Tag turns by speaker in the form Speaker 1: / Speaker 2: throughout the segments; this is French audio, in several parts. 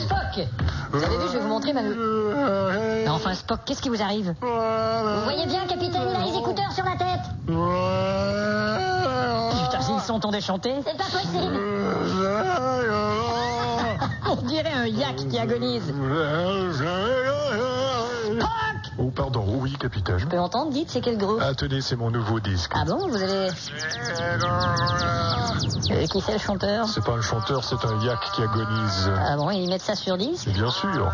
Speaker 1: Spock Vous avez vu, je vais vous montrer ma... Mais enfin, Spock, qu'est-ce qui vous arrive Vous voyez bien, capitaine, il a les écouteurs sur la tête Putain, s'ils sont en déchanté
Speaker 2: C'est pas possible.
Speaker 1: On dirait un yak qui agonise Spock
Speaker 3: Oh, pardon, oui, capitaine.
Speaker 1: On peut entendre, dites, c'est quel groupe
Speaker 3: Ah, tenez, c'est mon nouveau disque.
Speaker 1: Ah bon, vous avez... Euh, qui c'est le chanteur
Speaker 3: C'est pas un chanteur, c'est un yak qui agonise.
Speaker 1: Ah bon, ils mettent ça sur 10
Speaker 3: Bien sûr.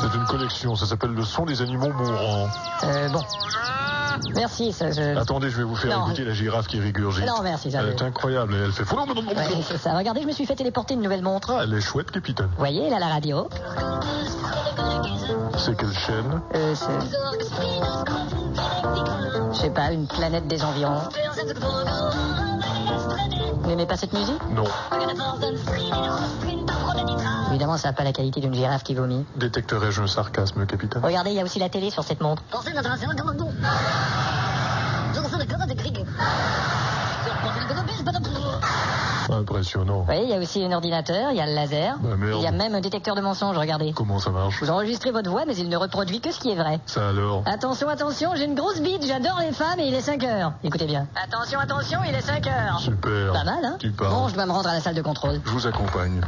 Speaker 3: C'est une collection, ça s'appelle Le son des animaux mourants.
Speaker 1: euh, Bon. Merci, ça, je...
Speaker 3: Attendez, je vais vous faire
Speaker 1: Non.
Speaker 3: écouter la girafe qui rigurgite.
Speaker 1: Non, merci, ça
Speaker 3: Elle
Speaker 1: va.
Speaker 3: est incroyable, elle fait...
Speaker 1: Ouais, c'est ça. Regardez, je me suis fait téléporter une nouvelle montre.
Speaker 3: Ah, elle est chouette, capitaine.
Speaker 1: Vous voyez, là, la radio.
Speaker 3: C'est quelle chaîne
Speaker 1: Euh, c'est- je sais pas, une planète des environs. Vous n'aimez pas cette musique
Speaker 3: Non.
Speaker 1: Évidemment, ça n'a pas la qualité d'une girafe qui vomit.
Speaker 3: Détecterai-je un sarcasme, capitaine
Speaker 1: Regardez, il y a aussi la télé sur cette montre.
Speaker 3: Impressionnant.
Speaker 1: Vous voyez, il y a aussi un ordinateur, il y a le laser.
Speaker 3: Bah, merde.
Speaker 1: il y a même un détecteur de mensonges, regardez.
Speaker 3: Comment ça marche
Speaker 1: Vous enregistrez votre voix, mais il ne reproduit que ce qui est vrai.
Speaker 3: Ça alors
Speaker 1: Attention, attention, j'ai une grosse bite, j'adore les femmes et il est 5 heures. Écoutez bien. Attention, attention, il est 5 heures.
Speaker 3: Super.
Speaker 1: Pas mal, hein
Speaker 3: Tu parles.
Speaker 1: Bon, je dois me rendre à la salle de contrôle.
Speaker 3: Je vous accompagne.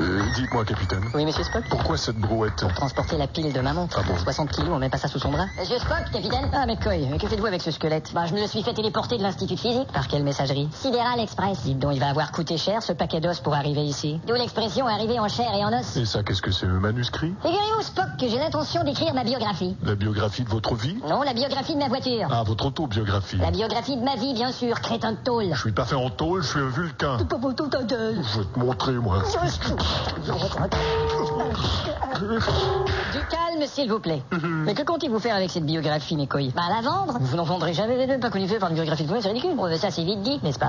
Speaker 3: Euh, Dites-moi, capitaine,
Speaker 1: Oui, monsieur Spock
Speaker 3: pourquoi cette brouette
Speaker 1: Transporter la pile de ma montre.
Speaker 3: Ah bon
Speaker 1: 60 kilos, on met pas ça sous son bras. Monsieur Spock, capitaine Ah, McCoy, mais que faites-vous avec ce squelette Bah, je me le suis fait téléporter de l'Institut de physique. Par quelle messagerie Sidéral Express. Dites donc, il va avoir coûté cher ce paquet d'os pour arriver ici. D'où l'expression arriver en chair et en os.
Speaker 3: Et ça, qu'est-ce que c'est, un manuscrit
Speaker 1: Figurez-vous, Spock, que j'ai l'intention d'écrire ma biographie.
Speaker 3: La biographie de votre vie
Speaker 1: Non, la biographie de ma voiture.
Speaker 3: Ah, votre autobiographie.
Speaker 1: La biographie de ma vie, bien sûr, crétin de tôle.
Speaker 3: Je suis pas fait en tôle, je suis un vulcain. Je vais te montrer, moi.
Speaker 1: Du calme, s'il vous plaît. Mais que comptez-vous faire avec cette biographie, Nicoï Bah, la vendre. Vous n'en vendrez jamais les deux, pas connue par une biographie de moi, c'est ridicule. Bon, ça, c'est vite dit, n'est-ce pas